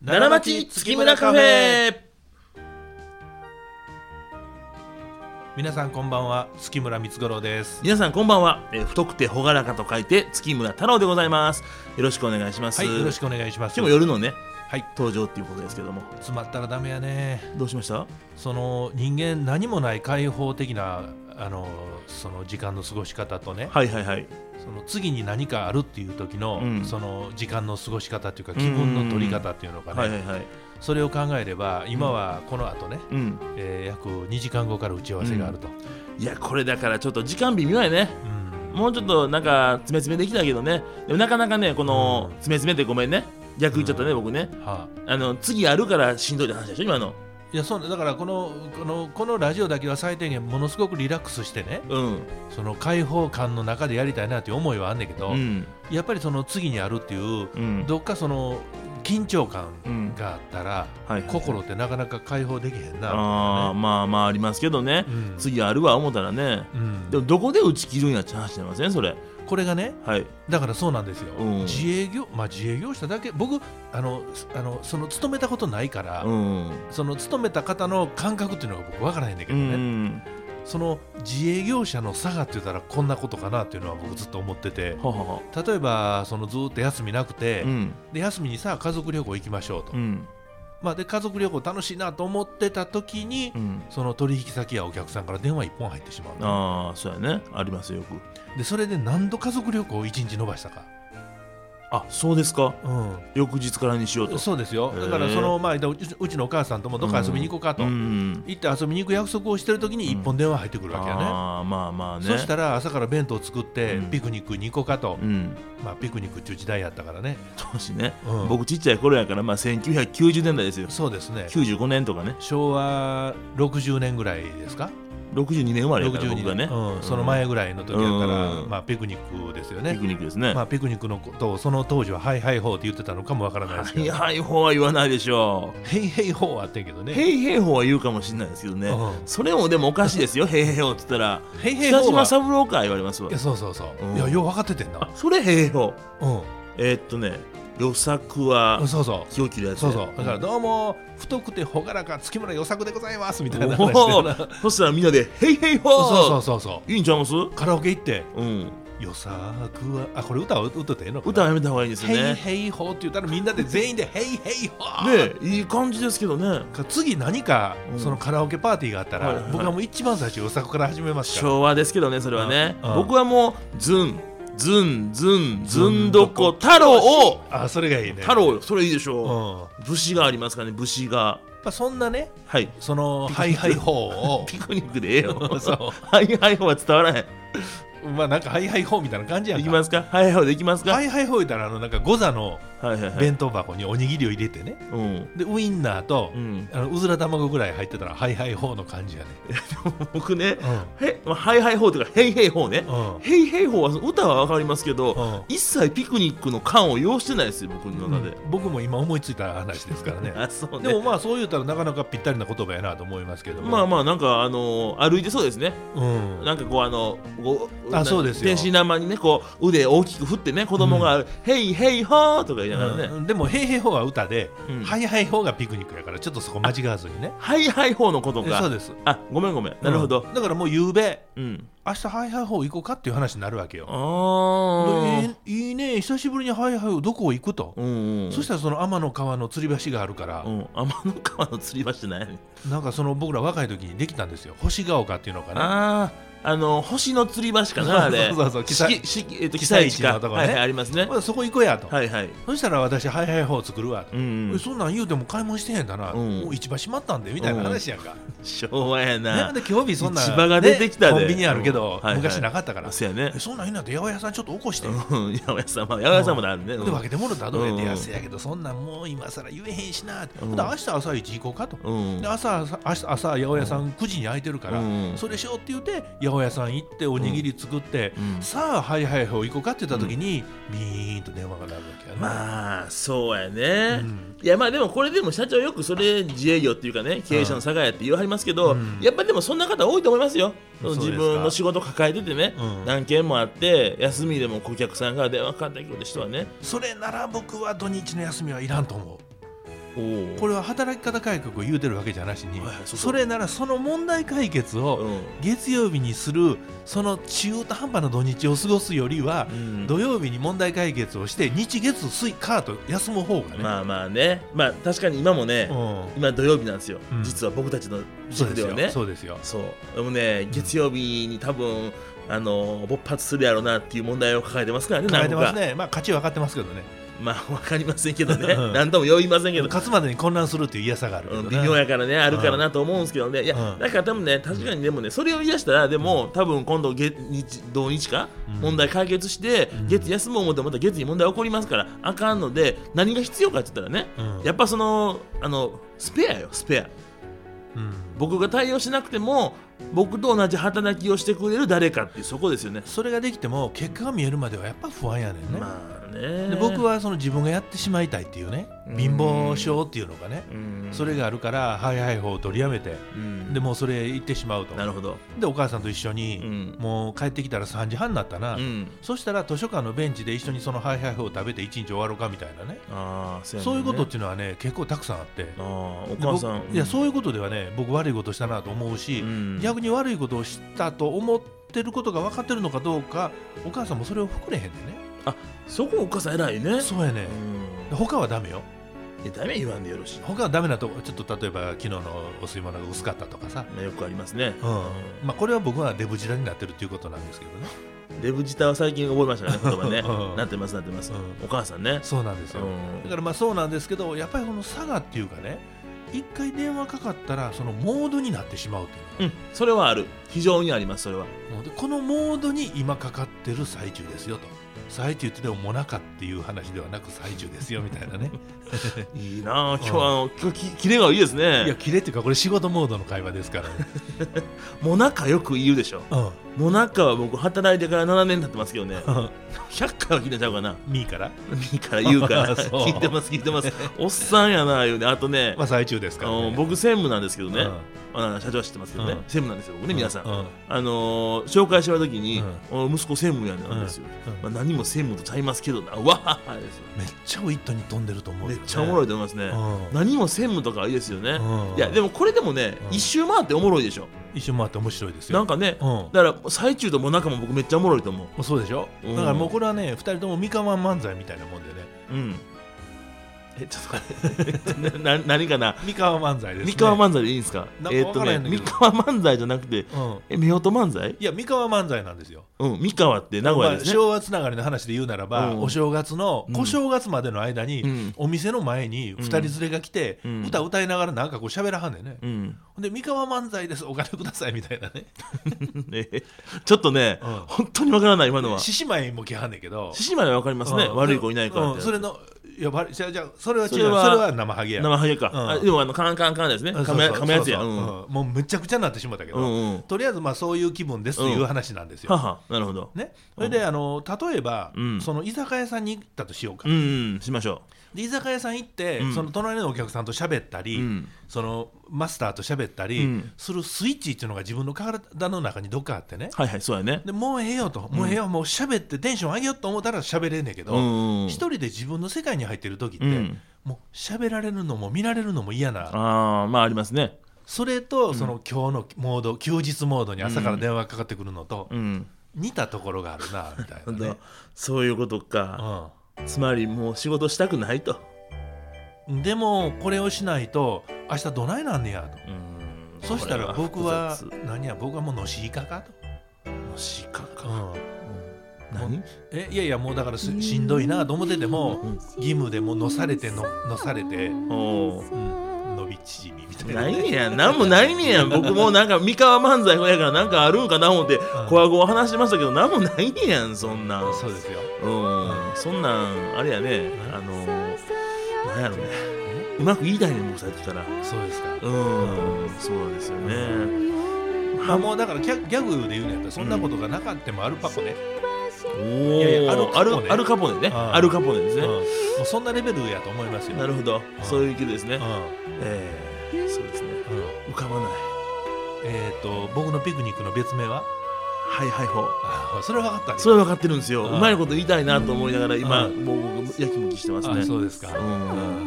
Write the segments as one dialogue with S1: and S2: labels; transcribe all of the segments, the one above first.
S1: 奈良町月村カフェ
S2: 皆さんこんばんは月村光五郎です
S1: 皆さんこんばんは、えー太くて朗らかと書いて月村太郎でございますよろしくお願いします、
S2: はいよろしくお願いします
S1: 今日も夜のね
S2: はい
S1: 登場っていうことですけども
S2: 詰まったらダメやね
S1: どうしました
S2: その人間何もない開放的なあのその時間の過ごし方とね
S1: はいはいはい
S2: その次に何かあるっていう時の、
S1: うん
S2: その時間の過ごし方というか気分の取り方っていうのかね、
S1: はいはいはい
S2: それを考えれば今はこの後ね、
S1: うん
S2: えー約2時間後から打ち合わせがあると、
S1: いやこれだからちょっと時間微妙やね
S2: うん
S1: もうちょっとなんか詰め詰めできたけどねでもなかなかねこの
S2: うん
S1: 詰め詰めってごめんね逆言っちゃったね、僕ね
S2: はあ
S1: あの次あるからしんどいって話でしょ今の
S2: いやそうだからこのこのこのラジオだけは最低限ものすごくリラックスしてね
S1: うん
S2: その開放感の中でやりたいなという思いはあんねんけど、
S1: うん
S2: やっぱりその次にあるっていう
S1: うん
S2: どっかその緊張感
S1: うん
S2: があったら、
S1: はい
S2: 心ってなかなか解放できへんな、
S1: ああまあまあありますけどね
S2: うん
S1: 次あるわ思ったらね
S2: うん
S1: でもどこで打ち切るんやって話してませんそれ
S2: これがね
S1: はい
S2: だからそうなんですよ、
S1: うん
S2: 自営業まあ自営業者だけ僕あのすあのその勤めたことないから、
S1: うん
S2: その勤めた方の感覚っていうのが僕分からへんねんけ
S1: う
S2: どね、
S1: ん
S2: その自営業者の差がって言ったらこんなことかなっていうのは僕ずっと思ってて
S1: ははは
S2: 例えばそのずっと休みなくて、
S1: うん
S2: で休みにさ家族旅行行きましょうと、
S1: うん
S2: まあ、で家族旅行楽しいなと思ってた時に、
S1: うん
S2: その取引先やお客さんから電話一本入ってしまうの
S1: ああそうやねありますよよく
S2: でそれで何度家族旅行を1日延ばしたか、
S1: あそうですか
S2: う
S1: 翌日からにしようと
S2: ん、そうですよ
S1: へー
S2: だからその、まあ、うちうちのお母さんともどっか遊びに行こうかと、
S1: うん
S2: 行って遊びに行く約束をしてる時に一本電話入ってくるわけやね、
S1: ああまあまあね
S2: そしたら朝から弁当作って
S1: うん
S2: ピクニックに行こうかと、
S1: うん
S2: まあ、ピクニックっていう時代やったからね、
S1: 当時ね
S2: うん
S1: 僕ちっちゃい頃やからまあ1990年代ですよ
S2: そうですね
S1: 95年とかね
S2: 昭和60年ぐらいですか
S1: 62年生まれやから
S2: 62
S1: 僕が
S2: 年、
S1: ね
S2: うん、その前ぐらいの時だから、
S1: うん
S2: まあ、ピクニックですよ
S1: ピ
S2: ね
S1: クニックですね
S2: まあ、ピクニックのことをその当時は「ハイハイホー」って言ってたのかもわからないですけ
S1: はい
S2: ど
S1: はいほうは言わないでしょ
S2: 「ヘイヘイホー」はあってんけど
S1: う
S2: ね
S1: へいへいほうは言うかもしれないですけどね
S2: うん
S1: それもでもおかしいですよへいへいほうって言ったら
S2: 「ヘイヘイ
S1: 北
S2: ホーは
S1: 島」三郎か言われますわ
S2: いやそうそうそう、
S1: うん
S2: いやよう分かっててん
S1: あ
S2: な
S1: それへいへいほう
S2: うん
S1: えーっとね予作は
S2: うんそうそう
S1: 気を切るやつ
S2: そうそうだから「どうも太くて朗らか月村与作でございます」みたいな話して
S1: お
S2: るなそう
S1: ーそしたらみんなで「ヘイヘイホー!」
S2: そうそうそ
S1: いいんちゃいますう
S2: うカラオケ行って
S1: ん
S2: 「与作は」あこれ歌を歌っていいのかな
S1: 歌はやめた方がいいですよ
S2: ヘイ
S1: ね
S2: ヘイホーって言ったらみんなで全員でヘイヘイホー
S1: ねえいい感じですけどね
S2: か次何か
S1: うん
S2: そのカラオケパーティーがあった
S1: はいはいは
S2: ら
S1: い
S2: 僕はもう一番最初予作から始めますから
S1: 昭和ですけどねそれはね
S2: うんうん
S1: 僕はもうズンズンズンズンどこ太郎を
S2: あそれがいいね
S1: 太郎よそれいいでし
S2: うん
S1: ょ
S2: や
S1: う武士がありますかね武士が
S2: っぱそんなね
S1: はい
S2: そのハイハイホー
S1: ピクニックでええ
S2: を
S1: よ
S2: そ
S1: はいはいほうは伝わらへん
S2: うまあなんかハイハイホーみたいな感じやん
S1: で
S2: か
S1: きますかはいはいほうできますか
S2: ハ
S1: はい
S2: イハイホー言ったらあのなんかゴザの
S1: はいはい
S2: 弁当箱におにぎりを入れてね
S1: うん
S2: でウインナーと
S1: うん
S2: あのうずら卵ぐらい入ってたらハイハイホーの感じやね
S1: 僕ね
S2: う
S1: へまあはいはいほうとかヘイヘイほうね
S2: んうん
S1: ヘイヘイホーは歌はわかりますけど、
S2: うん
S1: 一切ピクニックの感を要してないですよ、僕の中で。
S2: 僕も今思いついた話ですからね
S1: あそうね
S2: でもまあそう言うたらなかなかぴったりな言葉やなと思いますけども
S1: まあまあなんかあのー歩いてそうですね。
S2: うん
S1: なんかこうあのこう
S2: あ
S1: な
S2: そうですよ
S1: 天使生にねこう腕を大きく振ってね子供が「ヘイヘイホー」とか言いながらね、
S2: うんでも「ヘイヘイホー」は歌で
S1: う
S2: 「
S1: ん
S2: ハイハイホー」がピクニックやからちょっとそこ間違わずにね
S1: ハイハイホーのこと
S2: えそう
S1: か。
S2: です
S1: あごめんごめん。なるほど。
S2: うんだからもう夕べ
S1: うん。
S2: 明日ハイハイホー行こうかっていう話になるわけ
S1: あ
S2: よで
S1: あ。
S2: えーいいね久しぶりにハイハイホーどこ行くと
S1: うんうん。
S2: そしたらその天の川の吊り橋があるから
S1: うん、天の川の釣り橋って何やねん
S2: なんかその僕ら若い時にできたんですよ星が丘っていうのかな
S1: あああの星の釣り橋かなあれ
S2: そうそうそうそう
S1: しきしきえっと被災地
S2: 被災地
S1: か
S2: のとこね
S1: はいはいありますね
S2: ほなそこ行こうやと
S1: はいはい
S2: そしたら私ハイハイホー作るわと
S1: うんう
S2: え
S1: ん
S2: そんなん言うても買い物してへんだな
S1: うん
S2: もう市場閉まったんでみたいな話やんか
S1: 昭和
S2: ね
S1: やな
S2: で今日日そんな
S1: 市場が出てきたで
S2: ねコンビニあるけど、
S1: うんはいはい
S2: 昔なかったから、
S1: そやね
S2: えそんなんいいなんて八百屋さんちょっと起こして、
S1: うん八百屋さんまあ八百屋さんまであるね
S2: で分けてもろたらどうやって
S1: うん
S2: やせやけど、そんなんもう今更言えへんしな、って
S1: うん
S2: ほんで明日朝一行こうかと、
S1: うんうん
S2: で朝朝明日朝八百屋さん9時に開いてるから、
S1: うん
S2: それしようって言うて八百屋さん行っておにぎり作って、
S1: うん
S2: さあはいはいはい行こうかって言った時に、ビーンと電話が鳴るわけやな、
S1: まあそうや
S2: う
S1: ね
S2: ん
S1: いやまあでもこれでも社長よくそれ自営業っていうかね経営者の差がやって言わはりますけど
S2: うん
S1: やっぱでもそんな方多いと思いますよ
S2: そうですか
S1: 自分の仕事抱えててね
S2: うん
S1: 何件もあって休みでも顧客さんから電話かかってくる人はね
S2: それなら僕は土日の休みはいらんと思う
S1: おお
S2: これは働き方改革を言うてるわけじゃなしに、
S1: はいはいそうそう
S2: それならその問題解決
S1: う
S2: を
S1: ん
S2: 月曜日にするその中途半端な土日を過ごすよりは、
S1: うん
S2: 土曜日に問題解決をして日月水火と休む方がね、
S1: まあまあねまあ確かに今もね、
S2: うん
S1: 今土曜日なんですよ、
S2: うん
S1: 実は僕たちの
S2: そうです
S1: 塾では
S2: よ
S1: ね
S2: そうですよ
S1: そうでもね月曜日に多分あの勃発するやろうなっていう問題を抱えてますからね
S2: 考えてます
S1: 何個か
S2: ねまあ勝ちは分かってますけどね
S1: まあわかりませんけどね
S2: うん
S1: 何とも言いませんけど
S2: 勝つまでに混乱するっていう嫌さがあるけど
S1: うん
S2: ね
S1: 微妙やからねあるからなと思うんですけどねいや
S2: うん
S1: だから多分ね確かにでもねそれを言い出したらでも多分今度月日土日か
S2: うん
S1: 問題解決して
S2: うん
S1: 月休もう思ったらまた月に問題起こりますからあかんので何が必要かって言ったらね
S2: うん
S1: やっぱそのあのスペアよスペア
S2: うん
S1: 僕が対応しなくても僕と同じ働きをしてくれる誰かっていうそこですよね
S2: それができても結果が見えるまではやっぱ不安やねんね、
S1: まあね
S2: で僕はその自分がやってしまいたいっていうね
S1: うん
S2: 貧乏症っていうのがね
S1: うん
S2: それがあるからはいはいほう取りやめて
S1: うん
S2: でもうそれ行ってしまうと
S1: なるほど
S2: でお母さんと一緒
S1: う
S2: に
S1: ん
S2: もう帰ってきたら3時半になったな、
S1: うん
S2: そしたら図書館のベンチで一緒にそのハイハイフを食べて一日終わろうかみたいなね
S1: ああそやね
S2: そ
S1: んね
S2: ういうことっていうのはね結構たくさんあって
S1: ああ
S2: で
S1: お母さん
S2: 僕いや
S1: う
S2: そういうことではね僕悪いことしたなと思うし、
S1: ん
S2: 逆に悪いことをしたと思ってることが分かってるのかどうかお母さんもそれを含れへんでね
S1: そこお母さん偉いね
S2: そうやね
S1: うん
S2: 他はダメよ
S1: いやダメ言わんでよろしい
S2: 他はダメなとこちょっと例えば昨日のお吸い物が薄かったとかさ、
S1: まあよくありますね
S2: うんまあ、これは僕はデブジラになってるっていうことなんですけどね
S1: デブジタは最近覚えましたね言葉
S2: うん
S1: ねなってますなってます
S2: うん
S1: お母さんね
S2: そうなんですよ、
S1: うん
S2: だからまあそうなんですけどやっぱりこの差がっていうかね一回電話かかったらそのモードになってしまうって
S1: う
S2: いうん
S1: それはある非常にありますそれは
S2: のが、もうでこのモードに今かかってる最中ですよと最中ってでももなかっていう話ではなく最中ですよみたいなね
S1: いいなあ今日はあの今日きキレがいいですね
S2: いやキレっていうかこれ仕事モードの会話ですからね、
S1: もなかよく言うでしょ
S2: うん
S1: もなかは僕働いてから7年経ってますけどね100回は聞いてちゃうかな
S2: ミーから、
S1: いいから言うか ら
S2: そう
S1: 聞いてます聞いてますおっさんやな言うねあとね
S2: まあ、最中です
S1: あ
S2: から、
S1: の
S2: ね、
S1: 僕専務なんですけどね
S2: うん
S1: あ社長は知ってますけどね
S2: うん
S1: 専務なんですよ僕ね皆さん
S2: う
S1: あのー紹介してもらうときに、
S2: う
S1: お息子専務やねんですよ、
S2: うん
S1: まあ、何も専務とちゃいますけどなうわははですよ
S2: めっちゃウィットに飛んでると思うけ
S1: めっ
S2: どね、
S1: ちゃおもろいと思いますね、
S2: うん
S1: 何も専務とかはいいですよね、
S2: うん
S1: いやでもこれでもね、
S2: うん
S1: 一周回っておもろいでしょ
S2: 一瞬回って面白いですよ
S1: なんかね、
S2: うん
S1: だから最中とも中も僕めっちゃおもろいと思う
S2: もうそうでしょ、
S1: うん
S2: だからもうこれはね2人とも三河漫才みたいなもんでね
S1: うんえちょっとこれ な何かな
S2: 三河漫才です、ね、
S1: 三河漫才でいいんですか
S2: なんか
S1: えーっ
S2: わ
S1: と
S2: からへ
S1: ね
S2: んねん
S1: 三
S2: けど
S1: 河漫才じゃなくて
S2: うん
S1: え夫婦漫才
S2: いや三河漫才なんですよ、
S1: うん三河って名古
S2: ま
S1: 屋
S2: あ、
S1: ですね、
S2: 昭和つながりの話で言うならば、
S1: うん
S2: お正月の
S1: うん
S2: 小正月までの間に、
S1: うん
S2: お店の前に2人連れが来て、
S1: うん
S2: 歌歌いながらなんかこう喋らはんねんね、
S1: うん
S2: ほんで三河漫才ですお金くださいみたいなね
S1: ねちょっとね、
S2: うん
S1: 本当にわからない今のは。
S2: 獅子舞も来はんねんけど
S1: 獅子舞はわかりますね、
S2: うん
S1: 悪い子いないからっ
S2: う
S1: て
S2: んそれのいや悪いじゃあじゃあそれは違う
S1: そ
S2: そ
S1: れ
S2: れ
S1: は
S2: は生ハゲや
S1: 生ハゲか、
S2: うん
S1: あでもあのカンカンカンですね
S2: うん
S1: カメ
S2: そうそう
S1: カメやつやう
S2: そうんそううんうんもうむちゃくちゃになってしまったけど、
S1: うんは
S2: とりあえずまあそういう気分ですっていう話なんですよ。
S1: はなるほど、
S2: ね、それであの例えば、
S1: うん
S2: その居酒屋さんに行ったとしようか、
S1: うんうんしましょ
S2: で居酒屋さん行って、
S1: うん
S2: その隣のお客さんと喋った
S1: う、
S2: り、
S1: うん
S2: そのマスターと喋った
S1: う
S2: り
S1: ん
S2: するスイッチっていうのが自分の体の中にどっかあってね、
S1: はいはいそうやね
S2: でもうええよと、もうええよ、もう喋ってテンション上げようと思ったら喋れんねんけど、
S1: うんうん
S2: 一人で自分の世界に入ってる時って、
S1: うん
S2: もう喋られるのも見られるのも嫌な
S1: ああまあありますね
S2: それとその今日のモード、休日モードに朝から電話かかってくるのと
S1: うん
S2: 似たところがあるなみたい
S1: ほん
S2: な
S1: と
S2: ね、
S1: そういうことか、つまりもう仕事したくないと
S2: うん、でもこれをしないと明日どないなんねやと
S1: う
S2: そ
S1: ん
S2: したら僕は
S1: これ
S2: 何や僕はもうのしいかか
S1: 複雑もしか
S2: と、
S1: か、
S2: うん、
S1: 何
S2: えいやいやもうだからすしんどいなと思ってても
S1: うん
S2: 義務でもうのされてののされて、うん、
S1: おー
S2: 伸び縮みみたいな、
S1: ないねや、なんもないねや。僕もなんか三河漫才やからなんかあるんかな思って、こわごわ話してましたけど、なんもないねやん、そんなん。
S2: そうですよ
S1: うん、そんなん、あれやね、あの、なんやろね。うまく言いたいねん、僕さっきから。
S2: そうですか
S1: うん、そうなんですよね。
S2: まあもうだからギャギャグで言うのやったらそんなことがなかったもアルパコね、
S1: お
S2: いやいやアル
S1: お、
S2: カ
S1: ア
S2: ポネ
S1: ルアルカポネね。
S2: うん
S1: アルカポネです
S2: うん
S1: ね。
S2: もうそんなレベルやと思いますよ
S1: なるほど、そういう意見ですね
S2: う。ん
S1: えーそうですね。
S2: うん
S1: 浮かばない。
S2: えっ、と僕のピクニックの別名は
S1: はいはいほう。
S2: あそれは分かった
S1: それは分かってるんですよ。
S2: うん
S1: うまいこと言いたいなと思いながら、今、
S2: う
S1: もう僕、やきもきしてます
S2: あ
S1: ね。
S2: そうですか、
S1: うん
S2: うん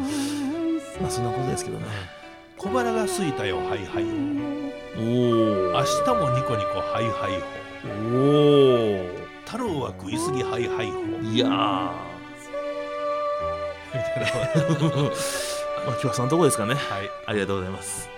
S1: まあそんなことですけどね
S2: 小腹が空いたよハイハイ
S1: おー
S2: 明日もニコニコハイハイホ
S1: おー
S2: 太郎は食いすぎハイハイホみ
S1: いやー まあ
S2: たいなは
S1: 今日はそのとこですかね
S2: い
S1: ありがとうございます